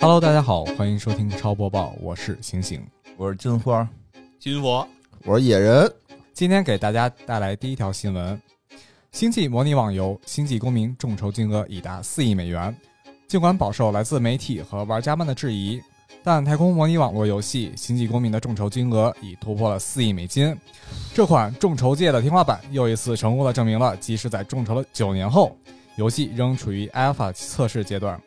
Hello，大家好，欢迎收听超播报，我是醒醒。我是金花，金佛我是野人，今天给大家带来第一条新闻：星际模拟网游《星际公民》众筹金额已达四亿美元。尽管饱受来自媒体和玩家们的质疑，但太空模拟网络游戏《星际公民》的众筹金额已突破了四亿美金。这款众筹界的天花板又一次成功的证明了，即使在众筹了九年后，游戏仍处于 alpha 测试阶段。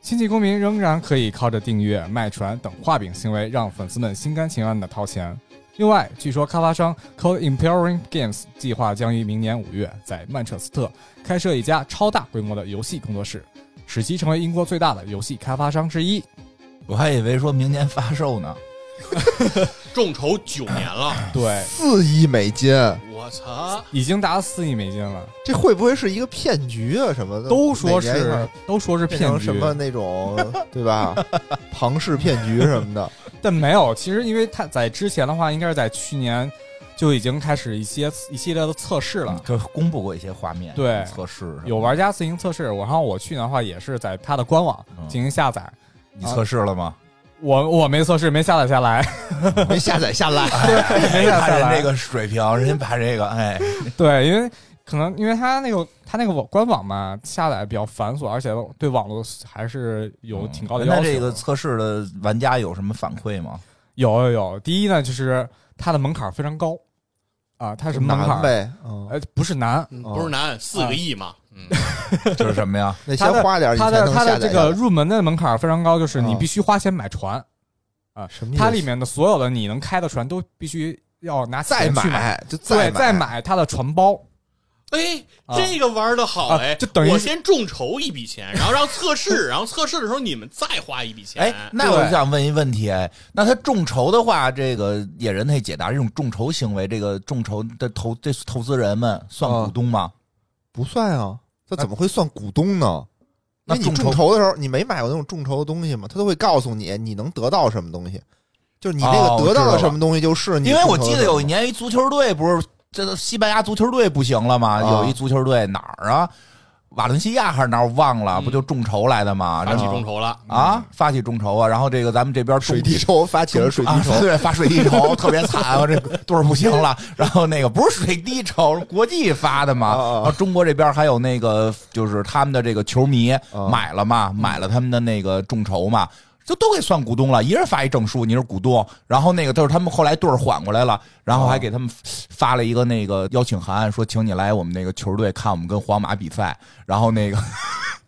星际公民仍然可以靠着订阅、卖船等画饼行为，让粉丝们心甘情愿的掏钱。另外，据说开发商 Code Empowering Games 计划将于明年五月在曼彻斯特开设一家超大规模的游戏工作室，使其成为英国最大的游戏开发商之一。我还以为说明年发售呢。众筹九年 了，对，四亿美金，我操！已经达四亿美金了，这会不会是一个骗局啊？什么的，都说每年一是块都说是变骗成局，什么那种，对吧？庞氏骗局什么的，但没有。其实，因为他在之前的话，应该是在去年就已经开始一些一系列的测试了。就公布过一些画面，对测试什么的有玩家自行测试，我然后我去年的话也是在它的官网嗯进行下载，你测试了吗？我我没测试，没下载下来，没下载下来。 没下载看下人哎来。这个水平，人家把这个哎，对，因为可能因为它那个它那个网官网嘛，下载比较繁琐，而且对网络还是有嗯挺高的要那求。嗯啊这个测试的玩家有什么反 馈吗？有有有，第一呢，就是它的门槛非常高啊，它什么门难槛？呗，嗯，呃，不是难，不是难，四个亿嘛，嗯，就是什么 呀？得它先的花点它钱才的能它下的载这下个来。入门的门槛非常高，就是你嗯必须花钱买船啊，什么意思它里面的所有的你能开的船都必须要拿再钱去买，买就对，再买，买它的船 包。哎啊，这个玩的好啊哎，就等于是我先众筹一笔钱，然后让测试，然后测试的时候你们再花一笔钱。哎，那对我就想问一问题，哎，那他众筹的话，这个野人他也解答这种众筹行为，这个众筹的投这投资人们算嗯啊股东吗？不算啊，这怎么会算股东呢？那那你众筹众筹的时候，你没买过那种众筹的东西吗？他都会告诉你你能得到什么东西，就是你那哦个我得到知道了了什么东西就是你。因为我记得有一，年一足球队不是这个西班牙足球队不行了吗？啊有一足球队哪儿啊？瓦伦西亚还是哪儿我忘了，嗯不就众筹来的吗？发然起后众筹了，啊，发起众筹啊，然后这个咱们这边众水滴筹发起了水滴啊筹，对，发水滴筹 特别惨啊，这队儿不行了。然后那个不是水滴筹，国际发的嘛。啊啊啊然后中国这边还有那个就是他们的这个球迷啊买了嘛，买了他们的那个众筹嘛。就都给算股东了，一人发一证书，你是股东。然后那个就是他们后来队儿缓过来了，然后还给他们发了一个那个邀请函，说请你来我们那个球队看我们跟皇马比赛。然后那个，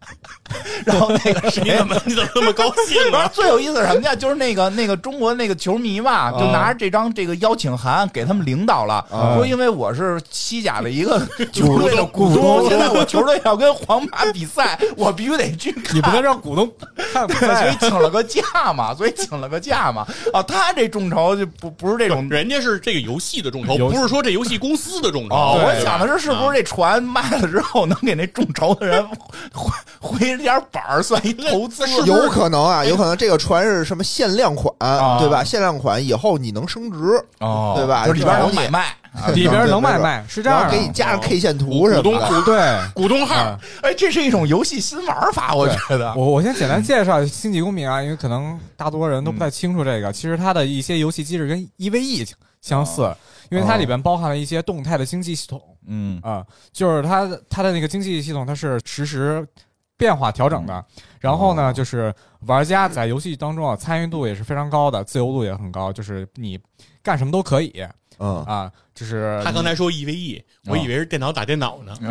然后那个谁你怎么你怎么那么高兴不是啊？最有意思是什么呀？就是那个那个中国那个球迷嘛，就拿着这张这个邀请函给他们领导了，啊说因为我是西甲的一个球队的股股东东，现在我球队要跟皇马比赛，我必须得去 看。你不能让股东看 比所赛以请了个假嘛，所以请了个假嘛。啊，他这众筹就不不是这种。人家是这个游戏的众筹，游戏不是说这游戏公司的众筹。哦，对我想的是，是不是这船卖了之后能给那众筹的人回回点本儿，算一哎投资？有可能啊，有可能这个船是什么限量款，啊对吧？限量款以后你能升值，哦对吧就是里边然后能你买卖。里边能对买对卖，是这然样后给啊你的。加上哦 K 线图什么的。对，股东号啊，哎，这是一种游戏新玩法，我觉得。我我先简单介绍《星际公民》啊，因为可能大多人都不太清楚这个。其实它的一些游戏机制跟 EVE 相似，因为它里边包含了一些动态的经济系统嗯啊，就是它的它的那个经济系统它是实时变化调整的。然后呢，就是玩家在游戏当中啊参与度也是非常高的，自由度也很高，就是你干什么都可以 嗯，啊，就是他刚你才说 EVE，我哦以为是电脑打电脑呢。我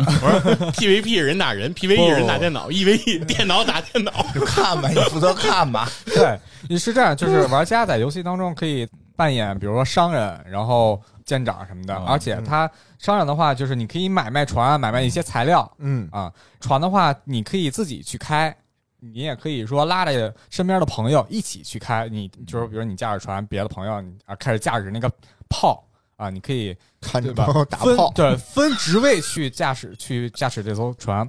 说 PVP 人打人，PVE 人打电脑，EVE 电脑打电脑。 就看吧，你负责看 吧。 对，你是这样，就是玩家在游戏当中可以扮演，比如说商人，然后舰长什么的，嗯而且他商人的话，就是你可以买卖船，买卖一些材料嗯，啊，船的话你可以自己去开。你也可以说拉着身边的朋友一起去开，你就是比如你驾驶船，别的朋友你啊开始驾驶那个炮啊，你可以看着对吧朋友打分炮，对，分职位去驾驶去驾驶这艘船。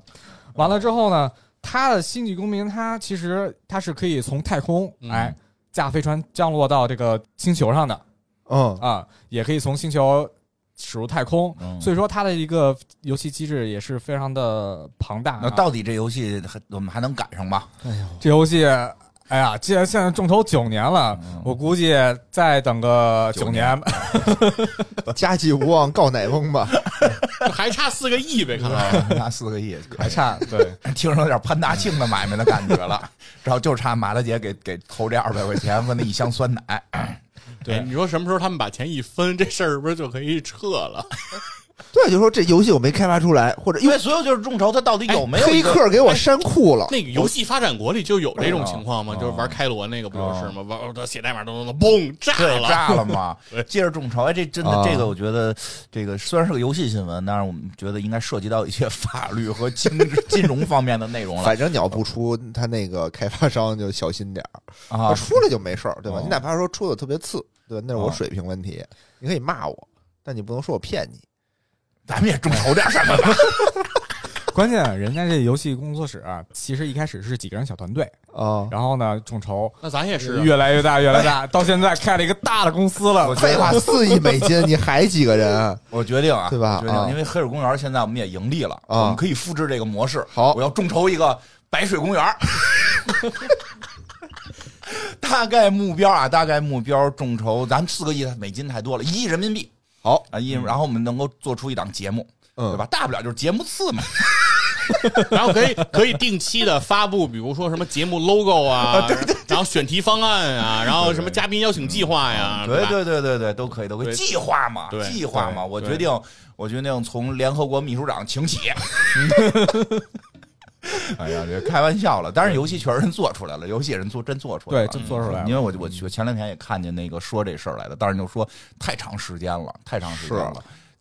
完了之后呢，它的星际公民，它其实它是可以从太空嗯哎驾飞船降落到这个星球上的嗯，啊，也可以从星球驶入太空。嗯所以说，它的一个游戏机制也是非常的庞大啊、那到底这游戏还我们还能赶上吧？这游戏哎呀，既然现在众筹九年了，我估计再等个九年，家祭无忘告乃翁吧，还差四个 亿呗，看来。拿啊四个亿，还差对，哎听着有点潘大庆的买卖的感觉 了。然后就差马大姐给给投这二百块钱和那一箱酸奶。对，哎你说什么时候他们把钱一分，这事儿是不是就可以撤了？对，就说这游戏我没开发出来，或者 因因为为所有就是众筹，它到底有没有黑一个哎客给我删库了，那个游戏发展国里就有这哦种情况吗？就是玩开罗那个不就是吗？玩玩他写代码咚咚咚，嘣炸对了。炸了 嘛对？接着众筹，哎，这真的啊这个，我觉得这个虽然是个游戏新闻，但是我们觉得应该涉及到一些法律和金金融方面的内容了反正你要不出，他那个开发商就小心点儿。 啊 他。出来就没事儿，对吧？哦你哪怕说出的特别次，对吧？那是哦我水平问题，你可以骂我，但你不能说我骗你。咱们也众筹点什么吧？ 关键人家这游戏工作室啊其实一开始是几个人小团队，啊，然后呢众筹那咱也是啊，越来越大，越来越 大，到现在开了一个大的公司了。废话，四亿美金，你还几个人？我决定啊，对吧我决定，啊因为黑水公园现在我们也盈利了，啊我们可以复制这个模式。好我要众筹一个白水公园。 大概目标啊，大概目标众筹，咱们四个亿美金太多了，一亿人民币好，啊，一，然后我们能够做出一档节目，嗯对吧？大不了就是节目次嘛，啊然后可以可以定期的发布，比如说什么节目 logo 啊，然后选题方案啊，然后什么嘉宾邀请计划呀，对啊吧？对对对对，都可以都可以。对计划嘛，对计划嘛，对我对决定，我决定从联合国秘书长请起。哎呀，这开玩笑了，但是游戏确实人做出来了，游戏人做真做出来对，了。嗯真做出来因了。为我我我前两天也看见那个说这事儿来的，但是就说太长时间了，太长时间了。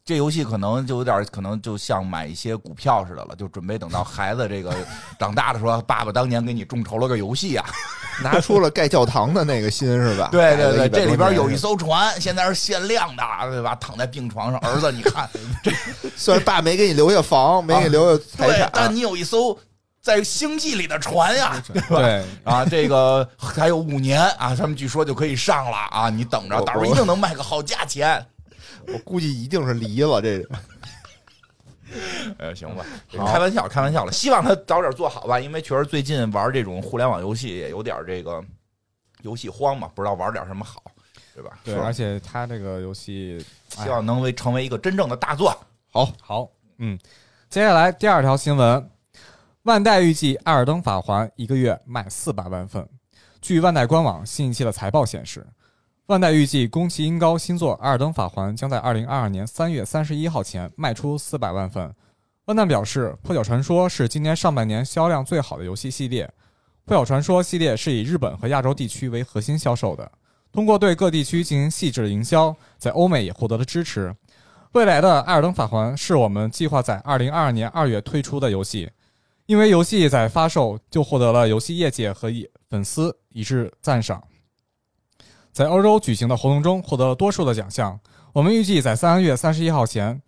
这游戏可能就有点，可能就像买一些股票似的了，就准备等到孩子这个长大的时候，爸爸当年给你众筹了个游戏啊。？拿出了盖教堂的那个心是吧对对对，这里边有一啊一艘船，现在是限量的，啊对吧？躺在病床上，儿子，你 看， 虽然爸没给你留下房，没给你留下财啊对，但产，你有一艘在星际里的船呀，对吧？对，啊，这个还有五年啊，他们据说就可以上了啊，你等着，我到时候一定能卖个好价 钱。我估计一定是离了这。呃，行 吧，开玩笑，开玩笑了。希望他早点做好吧，因为确实最近玩这种互联网游戏也有点这个游戏荒嘛，不知道玩点什么好，对吧？对，是吧而且他这个游戏哎希望能为成为一个真正的大作。好好，嗯，接下来第二条新闻，万代预计《艾尔登法环》一个月卖四百万份。据万代官网新一期的财报显示，万代预计宫崎英高新作《艾尔登法环》将在二零二二年三月三十一号前卖出四百万份。万代表示，《破晓传说》是今年上半年销量最好的游戏系列。《破晓传说》系列是以日本和亚洲地区为核心销售的，通过对各地区进行细致的营销，在欧美也获得了支持。未来的《艾尔登法环》是我们计划在二零二二年二月推出的游戏，因为游戏在发售就获得了游戏业界和粉丝一致赞赏，在欧洲举行的活动中获得了多数的奖项。我们预计在三月三十一号前，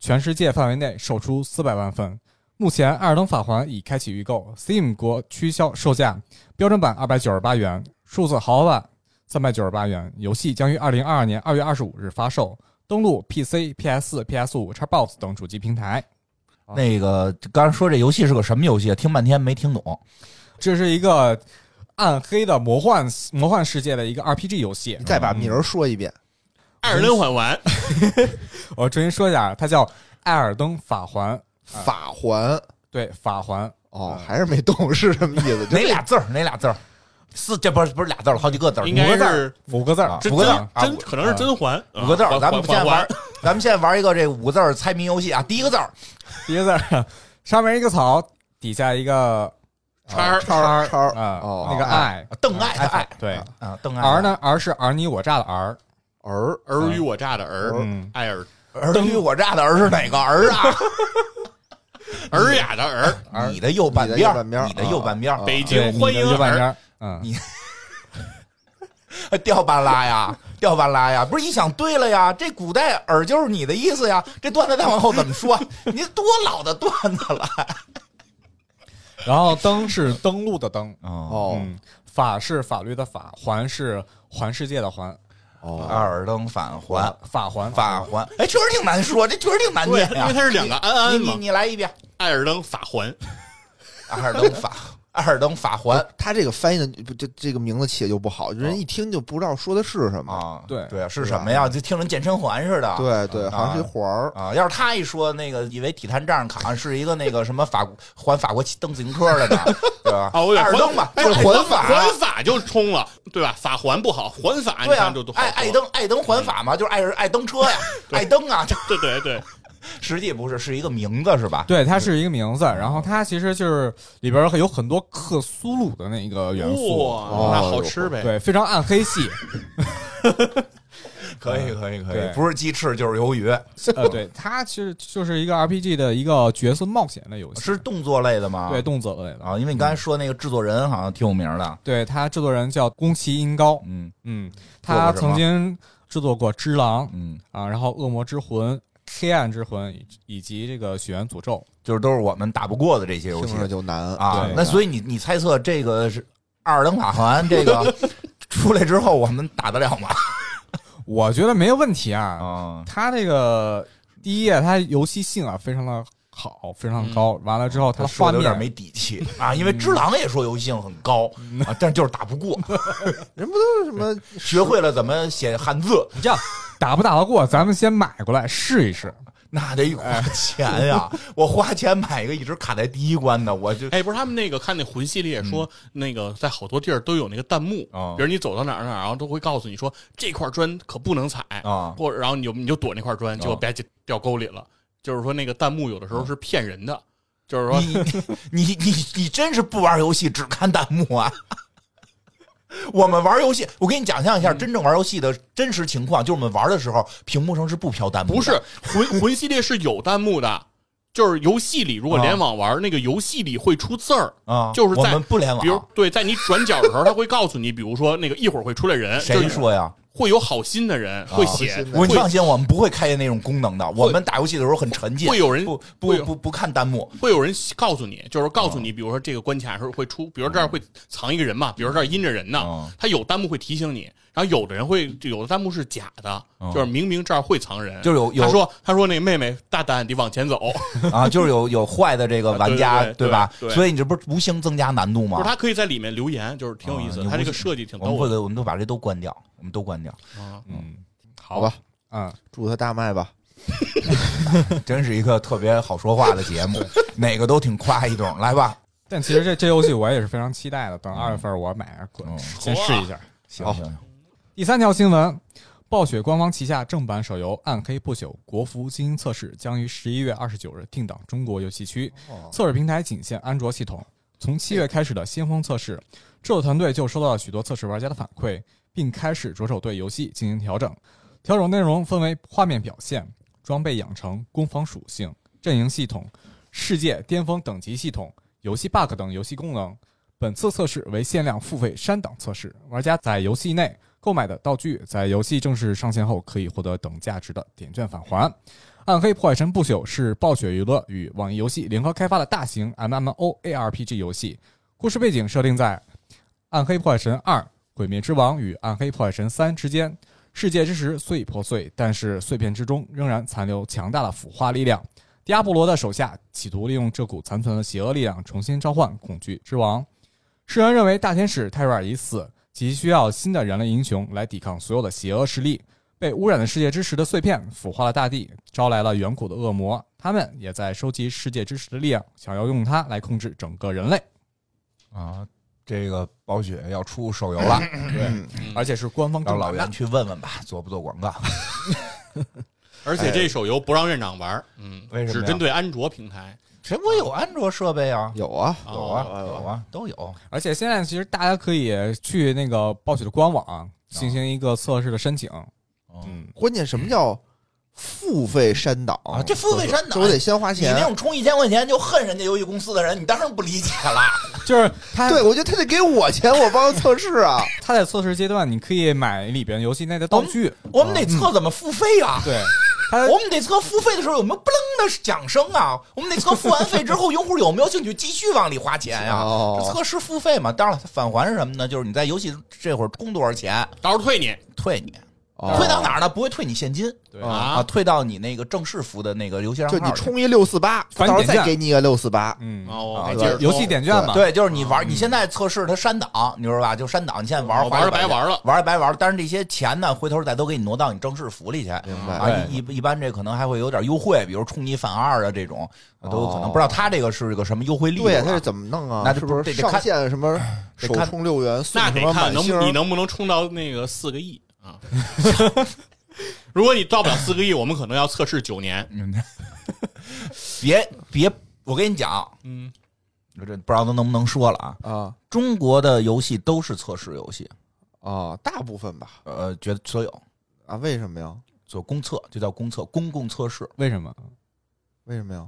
全世界范围内售出四百万份。目前，《艾尔登法环》已开启预购，Steam 国区销售价标准版二百九十八元，数字豪华版三百九十八元。游戏将于二零二二年二月二十五日发售。登录 PC、PS、PS 五、Xbox 等主机平台。那个刚才说这游戏是个什么游戏啊？听半天没听懂。这是一个暗黑的魔幻魔幻世界的一个 RPG 游戏你。再把名儿说一遍，艾尔登环完，我重新说一下，它叫《艾尔登法环》，嗯法环对，法环。哦，还是没懂是什么意 思？哪俩字儿？哪俩字儿？四，这不是不是俩字儿了，好几个字儿，应该五个字儿，是五个字儿啊，真五个字真儿啊真可能是甄嬛五个字儿。啊咱们现在还玩还，咱们现在玩一个这五个字儿猜谜游戏啊。第一个字儿，第一个字儿，上面一个草，底下一个叉儿哦叉儿叉儿嗯啊，哦那个爱邓艾的艾对。啊，邓艾的艾。儿呢？儿是尔你我诈的儿，儿尔啊虞我诈的尔，嗯，艾尔尔虞我诈的儿是哪个儿啊？尔雅的尔，你的右半你的边右儿，半边儿你啊的右半边儿，北京对，你欢的迎右半尔，边，嗯，掉半拉呀，掉半拉呀，不是你想对了呀？这古代尔就是你的意思呀。这段子再往后怎么说？你多老的段子了。然后登是登录的登，哦，哦嗯，法是法律的法，环是环世界的环，哦，尔登返还，法环返还。哎，确实挺难说，这确实挺难对，念因呀为。它是两个安安你你嘛，你来一遍，艾尔登法环， 阿尔登法艾尔登法环他这个翻译的不这这个名字起的就不好，嗯人一听就不知道说的是什么。啊，对对，是什么呀？就听人健身环似的。对对，啊好像是一环儿。啊，要是他一说那个，以为体坛丈人卡是一个那个什么法还法国骑蹬自行车的呢， 对吧？啊，我有艾点尔登吧，就是环环法。啊环法就冲了，对吧？法环不好，环法你对啊看就都，好爱爱，多登爱登环法嘛，就是爱爱登车呀，爱登啊，就对对对，实际不是，是一个名字是吧？对，它是一个名字，然后它其实就是里边有很多克苏鲁的那个元素，哦哇，那好吃呗，对，非常暗黑系， 可以可以可对以，不是鸡翅就是鱿鱼，呃，对，它其实就是一个 RPG 的一个角色冒险的游戏， 是动作类的吗？对动作类的。啊，因为你刚才说那个制作人好像挺有名的，对，它制作人叫宫崎英高，嗯嗯，做过他什曾么经制作过《只狼》嗯，啊，然后《恶魔之魂》。黑暗之魂以以及这个血缘诅咒，就是都是我们打不过的这些游听戏着就难啊对。那所以你你猜测这个是阿尔登法环这个出来之后，我们打得了吗？我觉得没有问题啊。啊，它这个第一啊，它游戏性啊非常的好，非常的高。完了之后，它的说画的有面点没底气啊，因为只狼也说游戏性很高啊，但是就是打不过，人不都是什么学会了怎么写汉字，你这样打不打得过，咱们先买过来试一试。那得花钱呀！我花钱买一个一直卡在第一关的，我 就哎，不是他们那个看那魂系列说，那个在好多地儿都有那个弹幕，哦比如你走到哪儿哪儿，然后都会告诉你说这块砖可不能踩啊或者然后你就你就躲那块砖，结果别掉沟里了。就是说那个弹幕有的时候是骗人的，就是说你你 你你你真是不玩游戏只看弹幕啊！我们玩游戏，我给你讲象一下嗯真正玩游戏的真实情况，就是我们玩的时候，屏幕上是不飘弹幕的，不是魂魂系列是有弹幕的，就是游戏里如果联网玩、那个游戏里会出字儿，啊，就是我在们不联网比，如对，在你转角的时候，他会告诉你，比如说那个一会儿会出来人，就谁是说呀？会有好心的人会写好心，的我会你放心，我们不会开那种功能的。我们打游戏的时候很沉浸，会有人不会不有不不看弹幕，会有人告诉你，就是告诉你，比如说这个关卡时候会出，比如说这儿会藏一个人嘛，比如说这儿阴着人呢嗯，他有弹幕会提醒你，然后有的人会，有的弹幕是假的，嗯就是明明这儿会藏人，就是有有他说他说那妹妹大胆地往 前走，啊，就是有有坏的这个玩啊家，对对对吧对？对所以你这不是无形增加难度不吗是？他可以在里面留言，就是挺有意思啊的，你他这不个是设计挺我们逗会的给我们都把这都关掉，我们都关掉，啊。嗯，好吧？啊，祝他大卖吧。真是一个特别好说话的节 目，哪个都挺夸一通。来吧，但其实这这游戏我也是非常期待的，等二月份我买啊，过嗯先试一下。行好行，行第三条新闻，暴雪官方旗下正版手游《暗黑不朽：国服精英测试》将于十一月二十九日定档中国游戏区，测试平台仅限安卓系统。从七月开始的先锋测试，制作团队就收到了许多测试玩家的反馈，并开始着手对游戏进行调整。调整内容分为画面表现、装备养成、攻防属性、阵营系统、世界巅峰等级系统、游戏 bug 等游戏功能。本次测试为限量付费删档测试，玩家在游戏内购买的道具，在游戏正式上线后可以获得等价值的点券返还。《暗黑破坏神不朽》是暴雪娱乐与网易游戏联合开发的大型 MMOARPG 游戏，故事背景设定在《暗黑破坏神二：毁灭之王》与《暗黑破坏神三》之间。世界之石虽已破碎，但是碎片之中仍然残留强大的腐化力量。迪亚波罗的手下企图利用这股残存的邪恶力量重新召唤恐惧之王。世人认为大天使泰瑞尔已死，急需要新的人类英雄来抵抗所有的邪恶势力。被污染的世界之石的碎片腐化了大地，招来了远古的恶魔。他们也在收集世界之石的力量，想要用它来控制整个人类，啊，这个暴雪要出手游了，嗯，而且是官方让正老版的袁去问问吧，做不做广告？而且这手游不让院长玩，嗯哎为，什么只呀针对安卓平台。谁不有安卓设备啊？有啊，哦有啊，有啊，都有。而且现在其实大家可以去那个暴雪的官网啊进行一个测试的申请。嗯，关键什么叫付费删档啊这付费删档这我得先花你那钱。种充一千块钱就恨人家游戏公司的人，你当然不理解了。就是他对，我觉得他得给我钱，我帮他测试 啊。他在测试阶段，你可以买里边游戏内的道具。我们得测怎么付费啊？哦对，哎他我们得测付费的时候有没有不楞的响声 啊？我们得测付完费之后，用户有没有兴趣继续往里花钱呀、哦这测试付费嘛，当然了，它返还是什么呢？就是你在游戏这会儿充多少钱，到时候退你，退你。哦退到哪儿呢？不会退你现金对啊啊，退到你那个正式服的那个游戏账就号你去。充一六四八，到返时候点价再给你一个六四八，嗯，啊，我啊没对接着游说戏点券嘛，对，就是你玩，嗯你现在测试它删档，你知道吧？就删档，你现在玩我花玩儿了白玩儿了，玩儿白玩儿，但是这些钱呢，回头再都给你挪到你正式福利去。明啊白？，一一一般这可能还会有点优惠，比如充一返二啊这种都有可能。哦不知道他这个是个什么优惠力度、啊？对呀，他是怎么弄啊？那是这不这是得上看线什么得首看充六元送那什得么看满能星儿？你能不能冲到那个四个亿啊？如果你到不了四个亿，我们可能要测试九年。嗯别别，我跟你讲，嗯，我这不知道他能不能说了啊。啊中国的游戏都是测试游戏，啊，大部分吧呃，觉得所有啊？为什么呀？做公测就叫公测，公共测试，为什么？为什么呀？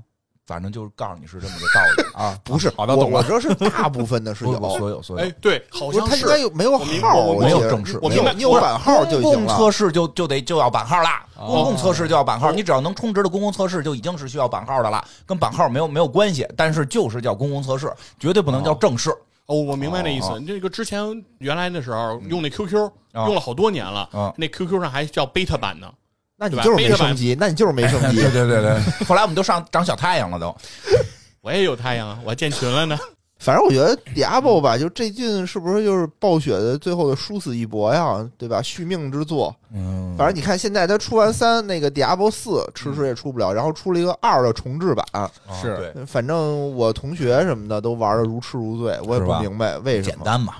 反正就是告诉你是这么个道理 啊，不是，好我我知道是大部分的是不是所有，有所哎有。，对，好不是像他应该有没有我明号儿？我我没有记得正式你没有有你有版号就公行共了测。试就就得就要版号啦，哦公共测试就要版号，你只要能充值的公共测试就已经是需要版号的了，跟版号没有没有关系，但是就是叫公共测试，绝对不能叫正式。哦，我明白那意思。这个之前原来的时候用那 QQ 啊用了好多年了啊，那 QQ 上还叫 beta 版呢。那你对吧就是没 beta 版升级，那你就是没升级。对对对， 后来我们都上长小太阳了都，我也有太阳啊，我还建群了呢。反正我觉得 Diablo 吧，就最近是不是就是暴雪的最后的殊死一搏呀，对吧？续命之作。嗯，反正你看现在它出完三，那个 Diablo 四迟迟也出不了，然后出了一个二的重置版。啊是对反正我同学什么的都玩的如痴如醉，我也是不吧明白为什简么。单嘛，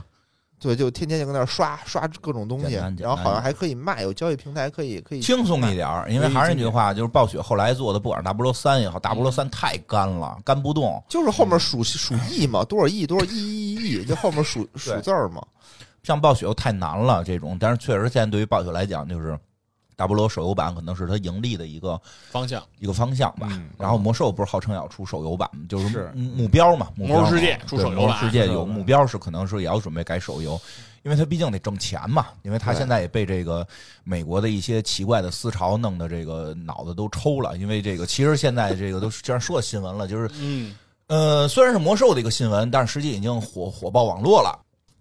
对，就天天就跟那儿刷刷各种东西，简单简单然后好像还可以卖，有交易平台可以可以。轻松一点儿，因为还是那句话，就是暴雪后来做的，不管是大菠萝三也好，大菠萝三太干嗯了，干不动。就是后嗯面数数亿嘛，多少亿多少亿亿亿，亿就后面 数数字儿嘛。像暴雪又太难了这种，但是确实现在对于暴雪来讲，就是大菠萝手游版可能是它盈利的一个方向，一个方向吧。嗯然后魔兽不是号称要出手游版吗，就是是目目标嘛，目标嘛魔兽世界对出手游版嗯魔兽世界有是吧目标是可能是也要准备改手游，因为它毕竟得挣钱嘛，因为它对现在也被这个美国的一些奇怪的思潮弄得这个脑子都抽了，因为这个其实现在这个都既然说新闻了，就是嗯，呃，虽然是魔兽的一个新闻，但是实际已经火火爆网络了。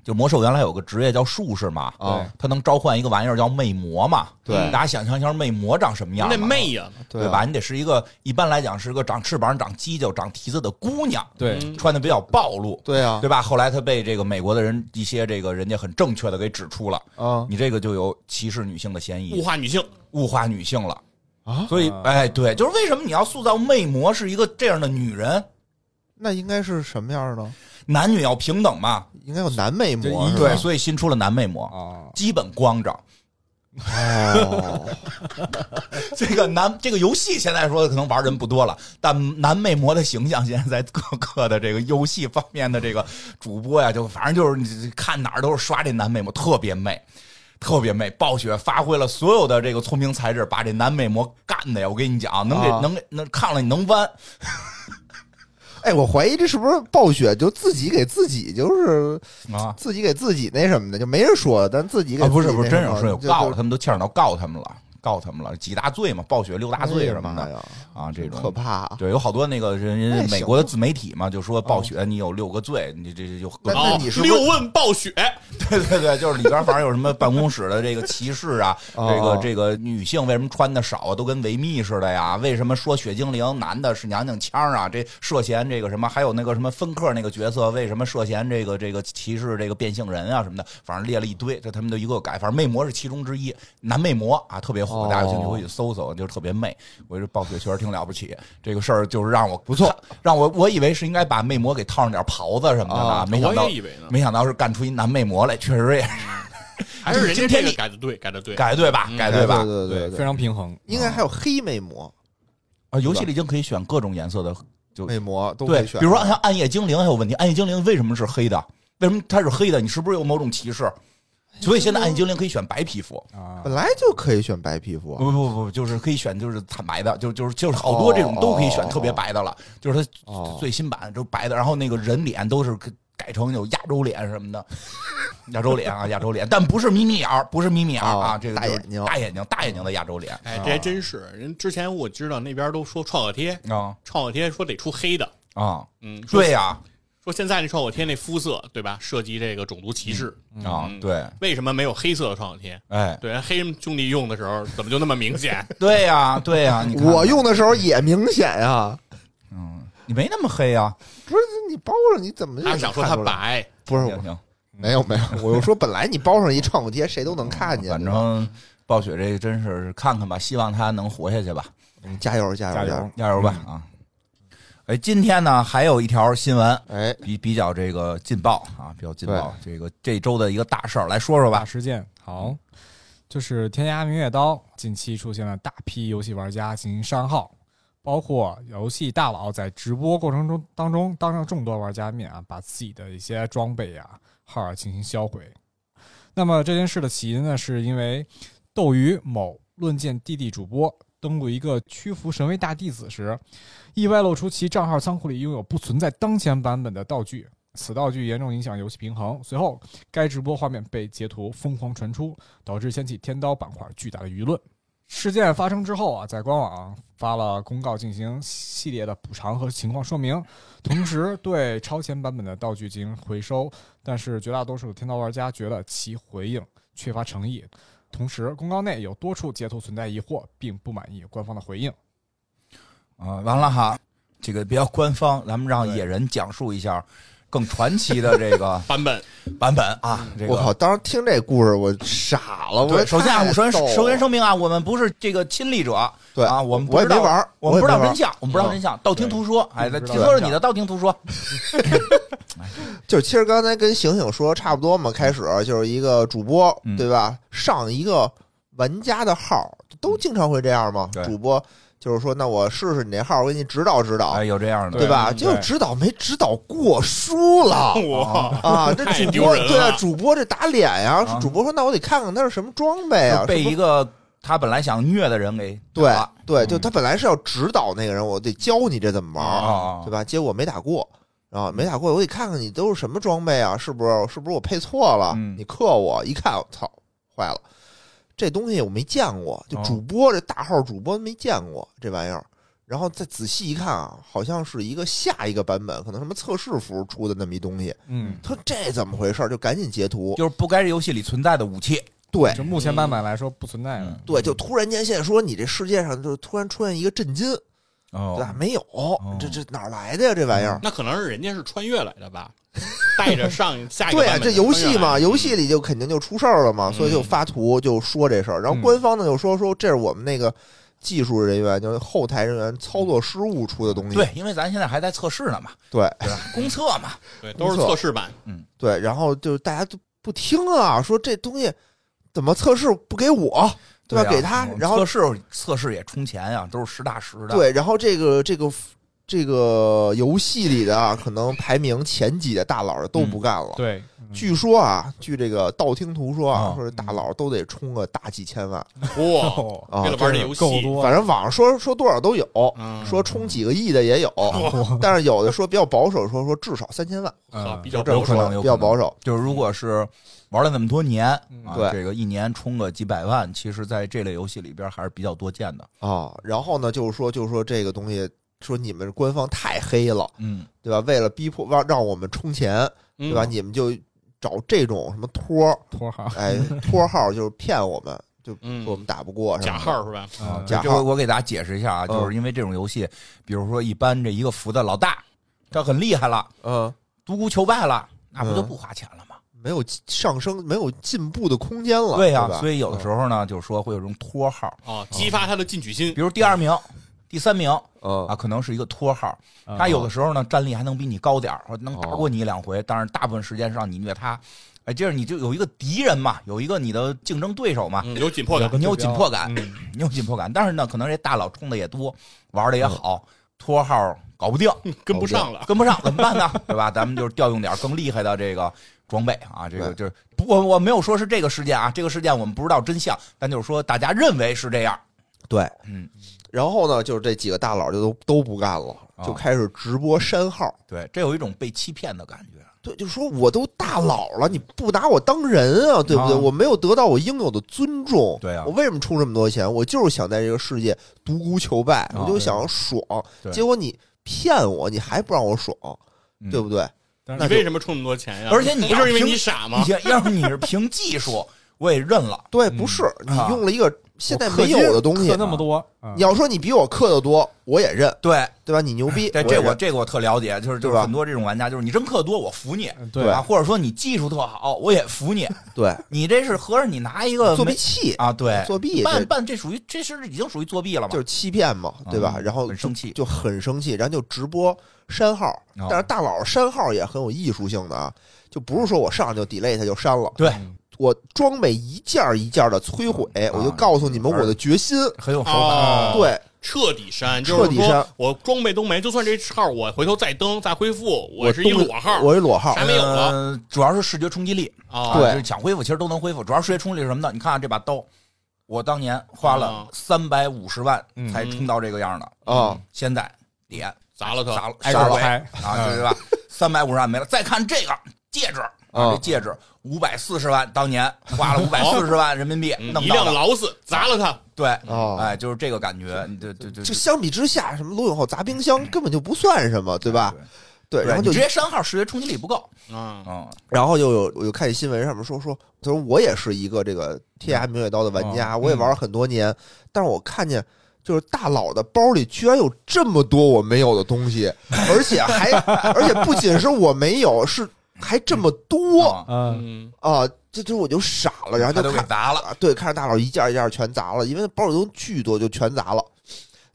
就魔兽原来有个职业叫术士嘛，哦啊对它能召唤一个玩意儿叫魅魔嘛，对大家想象一下魅魔长什么样那嘛？妹呀，对对啊吧？？你得是一个一般来讲是个长翅膀、长犄角、长蹄子的姑娘，对，嗯穿的比较暴露，对啊，对吧？后来她被这个美国的人一些这个人家很正确的给指出了，啊你这个就有歧视女性的嫌物疑，化女性，物化女性了。啊，所以，啊哎，对，就是为什么你要塑造魅魔是一个这样的女人？那应该是什么样呢？男女要平等嘛，应该有男魅魔这一是吧对，所以新出了男魅魔，啊，基本光着。哦， 这个男这个游戏现在说可能玩人不多了，但男魅魔的形象现在在各个的这个游戏方面的这个主播呀，就反正就是你看哪儿都是刷这男魅魔，特别媚。特别媚，暴雪发挥了所有的这个聪明才智，把这男魅魔干的呀！我跟你讲，能给、啊能给能看了你能弯，哎，我怀疑这是不是暴雪就自己给自己就是啊自己给自己那什么的，就没人说，但自己给啊！不是自己不是，那真什有么是有就告就他们都牵扯到告他们了，告他们了，几大罪嘛，暴雪六大罪什么哎的呀啊，这种可怕啊！对，有好多那个人人家哎美行哦国的自媒体嘛，就说暴雪你有六个罪，你这这就各那种哦你是不是六问暴雪， 对对对，就是里边反正有什么办公室的这个歧视啊，哦这个这个女性为什么穿的少啊，都跟维密似的呀？为什么说血精灵男的是娘娘腔啊？这涉嫌这个什么，还有那个什么芬克那个角色为什么涉嫌这个这个歧视这个变性人啊什么的，反正列了一堆，这他们都一个个改，反正魅魔是其中之一，男魅魔啊特别火，哦大家有兴趣回去搜搜，就是特别媚。我觉得暴雪确实挺了不起，这个事儿就是让我不错，让我我以为是应该把魅魔给套上点袍子什么的呢，哦没想到啊我也以为呢没想到是干出一男魅魔来，确实也还是人家今天这个你改的对，改的对，改对吧？改对吧？嗯对对非常平衡，应该还有黑魅魔、啊，游戏里已经可以选各种颜色的，就魅魔都可对，以选。啊比如说像暗夜精灵还有问题，暗夜精灵为什么是黑的？为什么它是黑的？你是不是有某种歧视？哎所以现在暗夜精灵可以选白皮肤，啊本，来就可以选白皮肤啊，不不不，就是可以选就是惨白的，就就是就是好多这种都可以选特别白的了，就是它哦最新版都白的，然后那个人脸都是改成有亚洲脸什么 的，亚洲脸啊，亚洲脸，但不是眯眯眼儿，不是眯眯眼儿啊，哦这个大就是眼睛大眼睛，大眼睛的亚洲脸哦哎，这还真是人。之前我知道那边都说创可贴，啊创可贴说得出黑的，啊，嗯，说对呀、说现在这创可贴那肤色，对吧？涉及这个种族歧视，嗯啊，对，为什么没有黑色的创可贴？哎，对，黑人兄弟用的时候怎么就那么明 显？ 对呀，对呀，你看我用的时候也明显呀，嗯，你没那么黑啊，不是你包上你怎么就他是想说他看出来，白，不是行我行，没有没有，我就说本来你包上一创口贴谁都能看见，反正暴雪这真是看看吧，希望他能活下去吧。嗯加油加油加油油，嗯加油吧啊！哎，今天呢还有一条新闻哎，比比较这个劲爆啊，比较劲爆，这个这周的一个大事儿，来说说大吧。事件好，就是《天涯明月刀》近期出现了大批游戏玩家进行删号，包括游戏大佬在直播过程中当中当着众多玩家面啊，把自己的一些装备啊号啊进行销毁。那么这件事的起因呢，是因为斗鱼某论剑弟弟主播登录一个屈服神威大弟子时，意外露出其账号仓库里拥有不存在当前版本的道具。此道具严重影响游戏平衡。随后，该直播画面被截图疯狂传出，导致掀起天刀板块巨大的舆论。事件发生之后啊，在官网发了公告进行系列的补偿和情况说明，同时对超前版本的道具进行回收。但是绝大多数的天刀玩家觉得其回应缺乏诚意，同时公告内有多处截图存在疑惑，并不满意官方的回应。啊，完了哈，这个比较官方，咱们让野人讲述一下更传奇的这个版本版本啊。这个我靠，！当时听这故事我傻了，我对，首先啊，我首太逗先了首先声明啊，我们不是这个亲历者，对啊，我们不我也知道没玩儿我们不知我道也没玩真儿嗯相，我们不知道真相，道听途说。哎，对听不知道说是你的道听途说，就其实刚才跟醒醒说差不多嘛，开始就是一个主播嗯对吧，上一个玩家的号，都经常会这样嘛嗯对。主播就是说，那我试试你那号，我给你指导指导哎，，有这样的，对吧？对就指导没指导过，输了我啊！这太主丢播人了对啊，主播这打脸呀啊，主播说那我得看看他是什么装备啊就，被是不一是个他本来想虐的人给对打对，就嗯他本来是要指导那个人，我得教你这怎么玩儿。啊嗯对吧？结果没打过啊，没打过，我得看看你都是什么装备啊，是不是？是不是我配错了？嗯你克我一看，我操，坏了！这东西我没见过，就哦主播、这大号主播没见过这玩意儿。然后再仔细一看啊，好像是一个下一个版本，可能什么测试服出的那么一东西。嗯，他说这怎么回事儿？就赶紧截图。就是不该游戏里存在的武器。对就目前版本来说不存在的嗯。对，就突然间现在说你这世界上就突然出现一个震惊，对吧哦？没有，这这哪儿来的呀？这玩意儿？那可能是人家是穿越来的吧，带着上嗯下一个 对啊，版本这的游穿戏越来嘛，的嗯游戏里就肯定就出事儿了嘛，所以嗯就发图就说这事儿。然后官方呢就说说这是我们那个技术人员，就是后台人员操作失误出的东西。对，因为咱现在还在测试呢嘛，对对吧？公测嘛，对都是公测测试版，对，然后就大家都不听啊，说这东西怎么测试不给我， 对吧？啊给他我，们然后测试测试也充钱呀，都是实打实的。对，然后这个这个。这个游戏里的啊，可能排名前几的大佬都嗯不干了。对，据说啊，据这个道听途说啊，啊说大佬都得充个大几千万哇，哦啊，为了玩这真是游戏够多反正网上说说多少都有，嗯说充几个亿的也有，嗯但是有的说比较保守，说说至少三千万，嗯啊比较这有么保可守说，能有可能比较保守。就是如果是玩了那么多年嗯啊，对这个一年充个几百万，其实在这类游戏里边还是比较多见的。啊。然后呢，就是说，就是说这个东西，说你们官方太黑了，嗯，对吧？为了逼迫让让我们充钱，对吧？嗯你们就找这种什么托儿，托号 哎，托号就是骗我们，就嗯说我们打不过，假号。是吧？啊，假这号回我给大家解释一下啊，嗯就是因为这种游戏，比如说一般这一个服的老大，他很厉害了，嗯，独孤求败了，那不就嗯不花钱了吗？没有上升，没有进步的空间了，对呀、吧嗯所以有的时候呢，就是说会有这种托号，哦，激发他的进取心比，如第二名、第三名嗯啊，可能是一个托号。啊他有的时候呢，战力还能比你高点儿，或者能打哦过你一两回，但是大部分时间是让你虐他。哎，这样你就有一个敌人嘛，有一个你的竞争对手嘛，嗯有紧迫感有，个你有对标紧迫感，嗯你有紧迫感。但是呢，可能这大佬充的也多，玩嗯的也好，托号搞不定，跟不上了。跟不上怎么办呢？对吧？咱们就是调用点更厉害的这个装备啊，这个对就是不我我没有说是这个事件啊，这个事件我们不知道真相，但就是说大家认为是这样，对，嗯，然后呢，就是这几个大佬就都都不干了，啊就开始直播删号。对，这有一种被欺骗的感觉。对，就说我都大佬了，你不拿我当人啊，对不对？啊我没有得到我应有的尊重，对啊我为什么出这么多钱？我就是想在这个世界独孤求败，啊我就想爽对。啊结果你骗我，你还不让我爽，嗯对不对？但你是为什么充那么多钱呀？而且你不要是因为凭你傻吗你？要要是你是凭技术，我也认了。对，嗯不是你啊用了一个现在我氪没金有的东西啊氪，那么多，嗯你要说你比我氪的多，我也认，对，对吧？你牛逼，这哎这也我认这个我特了解，就是就是对吧很多这种玩家，就是你人课多我服你，嗯对啊，或者说你技术特好我也服你，对你这是合着你拿一个作弊没器，啊，对，作弊办这办这属于这是已经属于作弊了嘛，就是是欺骗嘛，对吧？嗯然后很生气就很生气，然后就直播删号，哦但是大佬删号也很有艺术性的啊，就不是说我上来就 delete 它就删了，对嗯嗯我装备一件儿一件儿的摧毁，我就告诉你啊们玩儿我的决心，很有手法。哦，，对，彻底删，就彻是底说删我装备都没，就算这号我回头再登再恢复，我我是一东裸号，我一裸号啥，没有了呃主要是视觉冲击力，啊，啊对就是想恢复其实都能恢复，主要视觉冲击力是什么呢？你看看这把刀，我当年花了哦三百五十万嗯才冲到这个样的哦，现在点砸了它砸了挨个杀回拍啊，嗯对吧？三百五十万没了，再看这个戒指啊，嗯这戒指五百四十万，当年花了五百四十万人民币嗯弄一到辆的，劳斯砸了它，对，哦哎，就是这个感觉，对对对，这相比之下，什么罗永浩砸冰箱根本就不算什么，对吧？对，嗯对然后就你直接删号，视觉冲击力不够，嗯，嗯，然后就有我就看新闻上面说说，他说我也是一个这个天涯明月刀的玩家，嗯我也玩了很多年，但是我看见就是大佬的包里居然有这么多我没有的东 西，而且还而且不仅是我没有，是还这么多嗯嗯嗯，啊！这这我就傻了，然后他就都给看砸了，啊，对，看着大佬一件一件全砸了，因为包里东西巨多，就全砸了。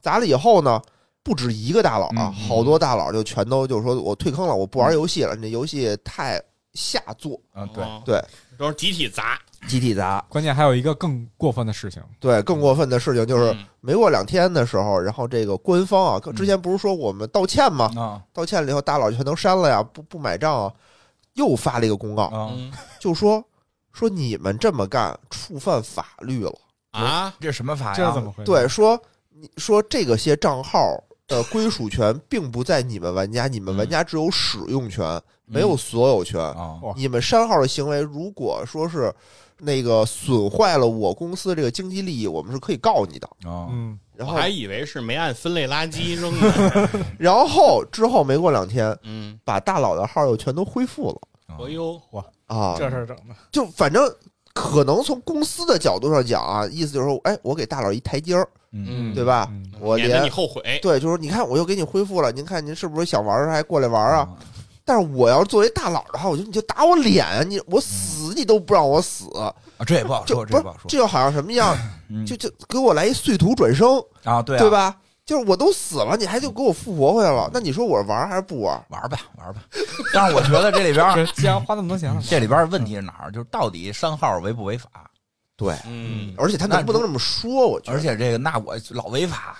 砸了以后呢，不止一个大佬啊，嗯嗯好多大佬就全都就是说我退坑了，我不玩游戏了，你这游戏太下作。嗯，对，哦对，都是集体砸，集体砸。关键还有一个更过分的事情，对，更过分的事情就是嗯没过两天的时候，然后这个官方啊，之前不是说我们道歉吗？啊道歉了以后，大佬全都删了呀，不不买账啊，又发了一个公告，啊，嗯就说说你们这么干触犯法律了。啊，这是什么哎法呀？这是怎么回事？对，说你说这个些账号的归属权并不在你们玩家，你们玩家只有使用权，没有所有权。啊？哇你们删号的行为，如果说是那个损坏了我公司这个经济利益，我们是可以告你的。啊，嗯，然我后还以为是没按分类垃圾扔呢，然后之后没过两天，嗯，把大佬的号又全都恢复了嗯哎呦，啊！这事儿整的，就反正可能从公司的角度上讲啊，意思就是说，哎，我给大佬一台阶儿，嗯对吧？嗯我免得你连后悔，对，就是你看我又给你恢复了，您看您是不是想玩儿还过来玩儿啊？啊，但是我要是作为大佬的话，我就你就打我脸啊，你我死你都不让我死，啊这也不好就说，这不也是不好说这就好像什么样，嗯就就给我来一碎土转生，啊，对啊对？吧？就是我都死了，你还就给我复活回来了，那你说我玩儿还是不玩儿？玩吧，玩吧。但是我觉得这里边儿啊 这既然花那么多钱了，啊这里边儿问题是哪儿？就是到底删号违不违法？对，嗯，而且他能不能这么说？我觉而得且这个那我老违法，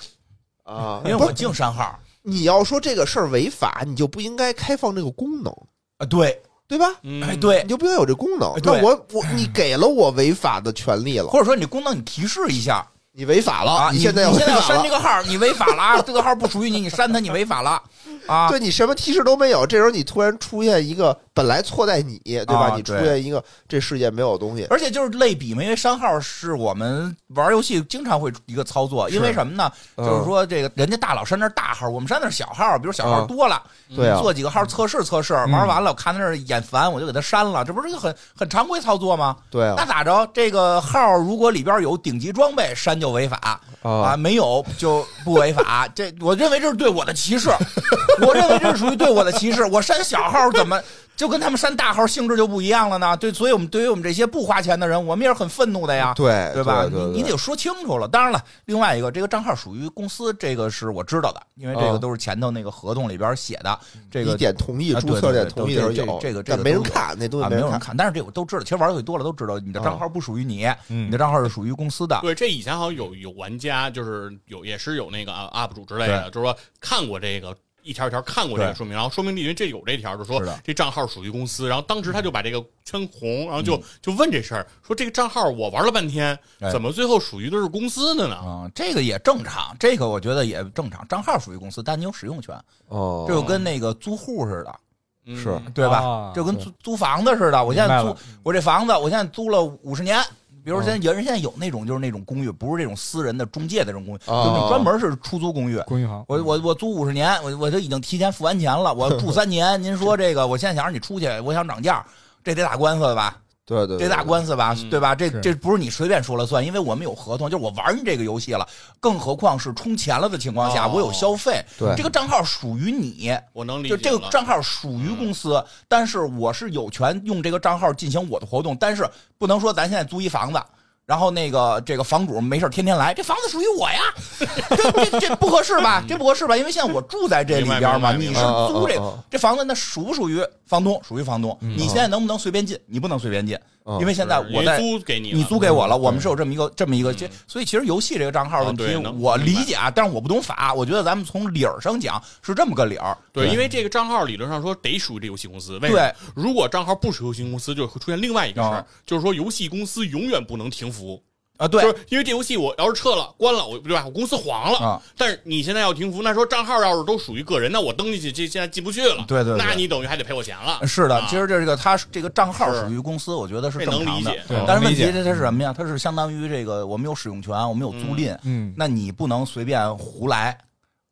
啊，因为不我是净删号你要说这个事儿违法，你就不应该开放这个功能，啊，对，对吧？嗯哎，对你，就不应该有这功能哎。对那我我你给了我违法的权利了，或者说你功能你提示一下你违法了，啊，你现在要你违现在要删法这了。个号，你违法了啊，这个号不属于你，你删它，你违法了啊。对你什么提示都没有，这时候你突然出现一个本来错在你，对吧？啊你出对现一个这世界没有的东西，而且就是类比嘛，因为删号是我们玩游戏经常会一个操作，因为什么呢？嗯就是说这个人家大佬删那是大号，我们删的是小号，比如小号嗯多了，对啊，嗯做几个号测试测试，玩完了我看那儿眼烦，我就给它删了，这不是一个很很常规操作吗？对那啊，咋着？这个号如果里边有顶级装备，删就违法啊，啊，没有就不违 法。这我认为这是对我的歧视， 我认为这是属于对我的歧视。我删小号怎么就跟他们删大号性质就不一样了呢？对，所以我们对于我们这些不花钱的人，我们也是很愤怒的呀。对对吧？对对你你得说清楚了。当然了，另外一个，这个账号属于公司，这个是我知道的，因为这个嗯都是前头那个合同里边写的。这个你点同意啊注对册对点对同意的对时候这这有，个这但个没人都有看，那东西啊，没没有人看。哦看，但是这我都知道。其实玩游戏多了都知道，你的账号不属于你，嗯你的账号是属于公司的。对，这以前好像有有玩家，就是有也是有那个啊 UP 主之类的，就是说看过这个一条一条看过这个对说明，然后说明里面这有这条，就说是的这账号属于公司，然后当时他就把这个圈红，然后就、就问这事儿，说这个账号我玩了半天，嗯哎怎么最后属于的是公司的呢？嗯，这个也正常，这个我觉得也正常。账号属于公司，但你有使用权，哦这就跟那个租户似的，嗯是对吧？啊这就跟租租房子似的。我现明在白租了我这房子，我现在租了五十年，比哦如现在有人现在有那种就是那种公寓，不是这种私人的中介的这种公寓，哦就是那种专门是出租公寓。公寓房，我我我租五十年，我我都已经提前付完钱了，我住三 年。您说这个，我现在想让你出去，我想涨价，这得打官司吧？对对，这打官司吧，嗯对吧？这是这不是你随便说了算，因为我们有合同，就是我玩你这个游戏了，更何况是充钱了的情况下，哦我有消费，对这个账号属于你。我能理就解了。嗯这个账号属于公司，但是我是有权用这个账号进行我的活动，但是不能说咱现在租一房子，然后那个这个房主没事儿天天来，这房子属于我 呀，这这这不合适吧？这不合适吧？因为现在我住在这里边嘛，明白你明白是租这这房子，那属不属于房东？属于房东。你现在能不能随便进？你不能随便进，嗯因为现在嗯是我人在租给你了，你租给我了，我们是有这么一个这么一个，这嗯所以其实游戏这个账号问哦题对能我理解啊，但是我不懂法，我觉得咱们从理儿上讲是这么个理儿。对，因为这个账号理论上说得属于这游戏公司。为对什么，如果账号不属于游戏公司，就会出现另外一个事儿啊，就是说游戏公司永远不能停服，啊，对就是因为这游戏我要是撤了、关了，我对吧？我公司黄了啊，但是你现在要停服，那说账号要是都属于个人，那我登进去这现在进不去了，对对对那你等于还得赔我钱了。是的啊，其实这个它这个账号是属于公司，我觉得是这正能常理的解。，对但是问题能理这它是什么呀？它是相当于这个我们有使用权，我们有租赁，嗯那你不能随便胡来。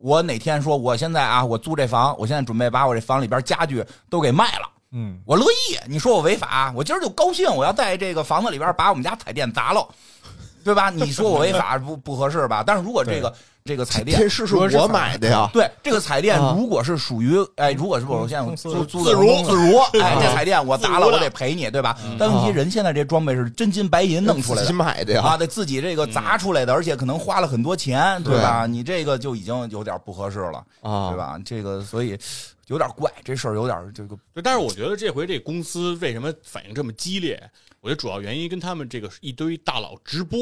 我哪天说我现在啊，我租这房，我现在准备把我这房里边家具都给卖了，嗯，我乐意。你说我违法，我今儿就高兴，我要在这个房子里边把我们家彩电砸了，对吧？你说我违法不不合适吧？但是如果这个这个彩电电。视是我买的呀，对这个彩电啊，如果是属于哎，如果是我现在公司租租自的如公司自如，哎，啊这彩电我砸了，自如的我得赔你，对吧？但问题啊人现在这装备是真金白银 弄出来自己的。买的啊，呀，得自己这个砸出来的，而且可能花了很多钱，对吧？你这个就已经有点不合适了，啊对吧？这个所以有点怪，这事儿有点这个对，但是我觉得这回这公司为什么反应这么激烈？我觉得主要原因跟他们这个一堆大佬直播。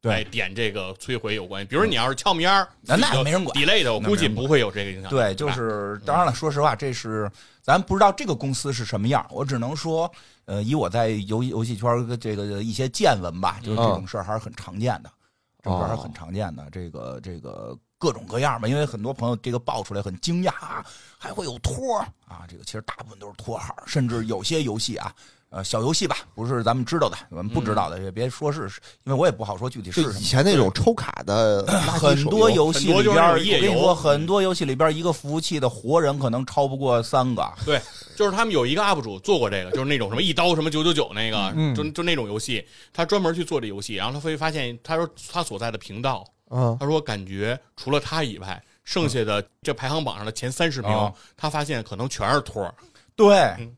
对哎点这个摧毁有关系。比如你要是翘面儿，那那没人管 d e l a y 的，我那估没计人不会有这个影响。对，就是当然了，说实话，这是咱不知道这个公司是什么样，我只能说，呃，以我在游游戏圈儿的这个一些见闻吧，就是这种事儿还是很常见的，这种事儿还是很常见的，这个这个各种各样吧，因为很多朋友这个爆出来很惊讶啊，还会有托儿啊，这个其实大部分都是托号，甚至有些游戏啊。呃，小游戏吧，不是咱们知道的，我们不知道的也别说是，因为我也不好说嗯具体就什是么以。前那种抽卡的垃圾很手多游游戏里边儿，很多我就是夜游嗯跟你说，很多游戏里边儿一个服务器的活人可能超不过三个。对，就是他们有一个 UP 主做过这个，就是那种什么一刀什么九九九那个，嗯就就那种游戏，他专门去做这游戏，然后他会发现，他说他所在的频道，啊他说感觉除了他以外，剩下的这排行榜上的前三十名，哦他发现可能全是托儿，对嗯，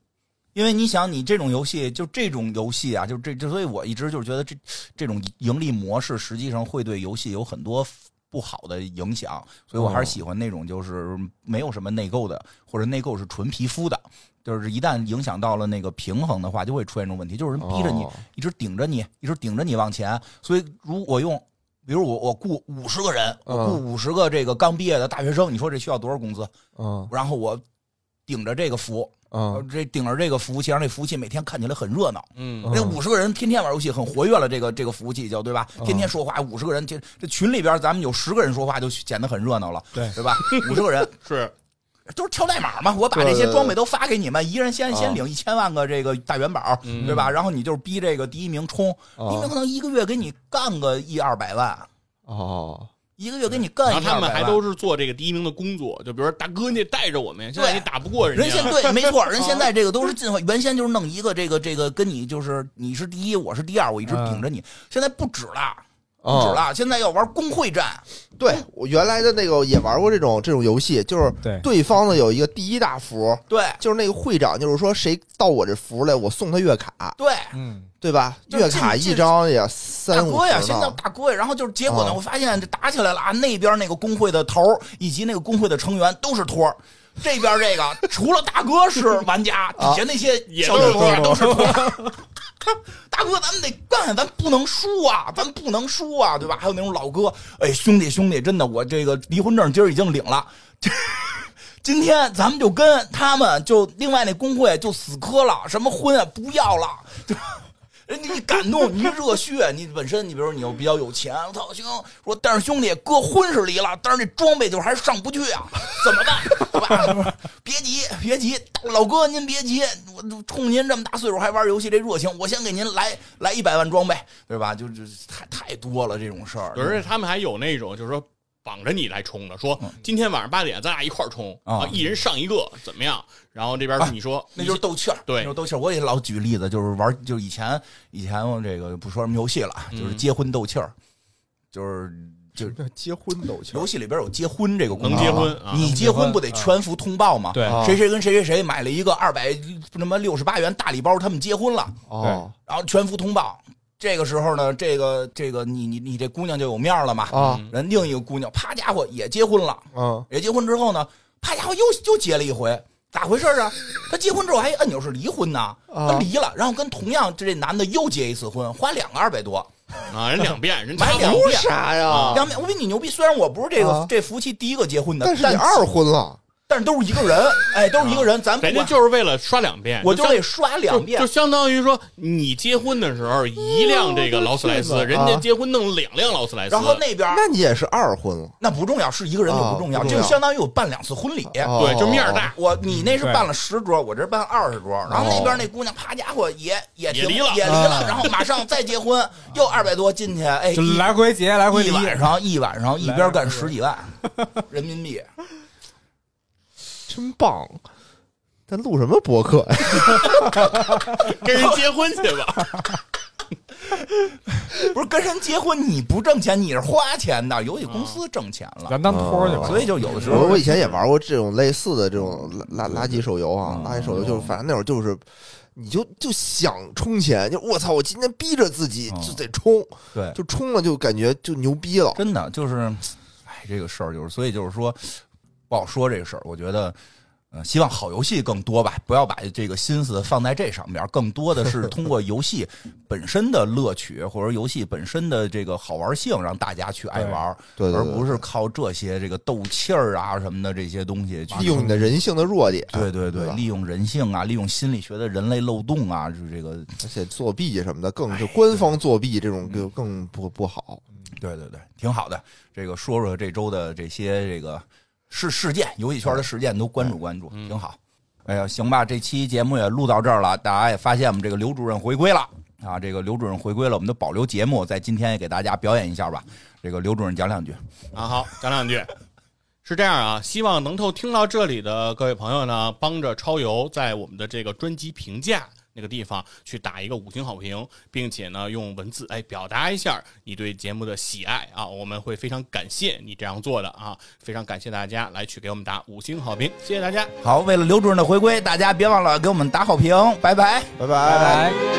因为你想，你这种游戏就这种游戏啊，就这就所以我一直就是觉得这这种盈利模式实际上会对游戏有很多。不好的影响，所以我哦还是喜欢那种就是没有什么内购的，或者内购是纯皮肤的，就是一旦影响到了那个平衡的话，就会出现这种问题，就是人逼着你哦一直顶着你，一直顶着你往前。所以如果用，比如我我雇五十个人，我雇五十个这个刚毕业的大学生，你说这需要多少工资？啊然后我顶着这个服，啊！这顶着这个服务器，让这服务器每天看起来很热闹。嗯嗯那五十个人天天玩游戏，很活跃了。这个这个服务器就对吧？天天说话，五十个人，这这群里边咱们有十个人说话，就显得很热闹了，对对吧？五十个人是都是敲代码嘛，我把这对对些对装备都发给你们，一人先先啊领一千万个这个大元宝，嗯对吧？然后你就是逼这个第一名冲，啊第一名可能一个月给你干个一二百万，哦，一个月给你然干后一二他百们万。还都是做这个第一名的工作，就比如说大哥，你得带着我们，现在你打啊不过人家，人现 对，没错，人现在这个都是进化， 原先就是弄一个这个这个跟你就是你是第一，我是第二，我一直嗯顶着你，现在不止啊了。不止了，现在要玩工会战，哦对我原来的那个也玩过这种这种游戏，就是对对方的有一个第一大福，对就是那个会长，就是说谁到我这福来，我送他月卡，对，嗯，对吧？就是月卡进一张也大三五哥呀，十现在呢。大哥呀，然后就是结果呢，啊我发现这打起来了啊，那边那个工会的头儿以及那个工会的成员都是托儿，这边这 个除了大哥是玩家，啊底下那些也小都是弟弟托儿都是托儿。 大哥，咱们得干，咱不能输啊，咱不能输啊，对吧？还有那种老哥，哎，兄弟兄弟，真的，我这个离婚证今儿已经领了。今天咱们就跟他们就另外那工会就死磕了，什么婚啊不要了，对吧？ 人家你感动，你热血，你本身你比如说你又比较有钱，我操行，说但是兄弟哥婚是离了，但是这装备就还是上不去啊，怎么办？对吧？别急，别急，老哥您别急，我冲您这么大岁数还玩游戏这热情，我先给您来来一百万装备，对吧？就就太太多了这种事儿，而且他们还有那种就是说绑着你来冲的，说今天晚上八点咱俩一块儿冲嗯啊啊，一人上一个怎么样？然后这边你说那就是斗气儿，对那就是斗气儿。我也老举例子，就是玩，就是以前以前我这个不说什么游戏了，就是结婚斗气儿，就是就是这结婚斗气儿游戏里边有结婚这个功能，能结婚啊你结婚不得全服通报吗？对啊谁谁跟谁谁谁买了一个二百什么六十八元大礼包，他们结婚了，哦然后全服通报。这个时候呢，这个这个你你你这姑娘就有面儿了嘛？啊人另一个姑娘，啪家伙也结婚了，嗯也结婚之后呢，啪家伙又又结了一回，咋回事儿啊？他结婚之后还按钮是离婚呢，啊他离了，然后跟同样这男的又结一次婚，花两个二百多，啊，人两遍，人买家两不遍图啥呀啊？两遍。我比你牛逼，虽然我不是这个、啊这服务器第一个结婚的，但但是你二婚了，但是都是一个人，哎，都是一个人，咱不啊人家管，就是为了刷两遍，我就相得刷两遍就，相当于说你结婚的时候一辆这个劳斯哎莱斯，我的人天哪家结婚弄两辆劳斯莱斯，然后那边那你也是二婚了。那不重要，是一个人就不重啊不重这要就相当于我办两次婚礼。哦对，就面儿大，嗯我你那是对办了十桌，我这办二十桌，然后那边那姑娘啪家伙也也也挺离了也离了，然后马上再结 婚，又二百多进去，哎，就一来回结，来回一离，晚上一晚上一边干十几万人民币， 真棒！咱录什么博客呀？跟人结婚去吧。不是跟人结婚你不挣钱，你是花钱的，游戏公司挣钱了，咱当托儿去哦吧。所以就有的时我候我以前也玩过这种类似的这种垃垃垃圾手游啊，垃圾手游就是反正那会儿就是，你就就想充钱，就我操，我今天逼着自己嗯就得充，对就充了就感觉就牛逼了。真的就是，哎，这个事儿就是，所以就是说不好说这个事儿。我觉得，呃，希望好游戏更多吧，不要把这个心思放在这上面，更多的是通过游戏本身的乐趣或者游戏本身的这个好玩性，让大家去爱玩儿，对对对而不是靠这些这个斗气儿啊什么的这些东西去利用你的人性的弱点，对对对对，吧利用人性啊，利用心理学的人类漏洞啊，就是这个，而且作弊什么的更就官方作弊这种就更不不好。对对对，挺好的。这个说说这周的这些这个事事件，游戏圈的事件都关注关注，挺好。哎呀，行吧，这期节目也录到这儿了，大家也发现我们这个刘主任回归了啊！这个刘主任回归了，我们的保留节目在今天也给大家表演一下吧。这个刘主任讲两句，啊，好，讲两句。是这样啊，希望能够听到这里的各位朋友呢，帮着超游在我们的这个专辑评价那个地方去打一个五星好评，并且呢用文字哎表达一下你对节目的喜爱啊，我们会非常感谢你这样做的啊，非常感谢大家来去给我们打五星好评，谢谢大家。好，为了刘主任的回归，大家别忘了给我们打好评，拜拜。拜拜拜。